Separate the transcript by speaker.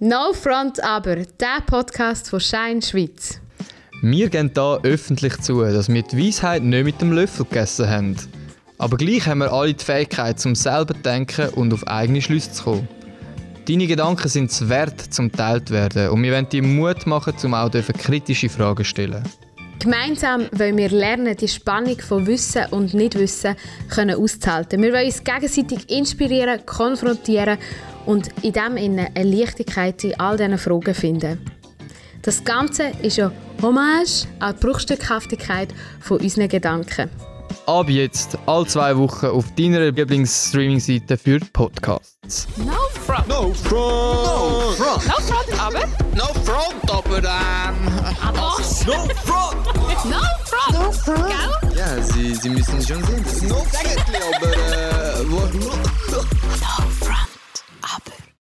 Speaker 1: No Front Aber, der Podcast von Schein Schweiz.
Speaker 2: Wir geben hier öffentlich zu, dass wir die Weisheit nicht mit dem Löffel gegessen haben. Aber gleich haben wir alle die Fähigkeit, zum selber zu denken und auf eigene Schlüsse zu kommen. Deine Gedanken sind es wert, zum teilt werden und wir wollen dir Mut machen, zum auch dürfen kritische Fragen zu stellen.
Speaker 1: Gemeinsam wollen wir lernen, die Spannung von Wissen und Nichtwissen können auszuhalten. Wir wollen uns gegenseitig inspirieren, konfrontieren und in dem Innen eine Leichtigkeit in all diesen Fragen finden. Das Ganze ist ein Hommage an die Bruchstückhaftigkeit von unseren Gedanken.
Speaker 2: Ab jetzt, alle zwei Wochen auf deiner Lieblingsstreaming-Seite für Podcasts.
Speaker 3: No front.
Speaker 4: No front.
Speaker 3: No front. No front, aber.
Speaker 4: No front, aber ähm.
Speaker 3: Was?
Speaker 4: No front.
Speaker 3: No front. No front. Gell?
Speaker 4: Ja, sie, sie müssen schon sehen. Das ist no exactly, aber äh, wo, no, no,
Speaker 3: No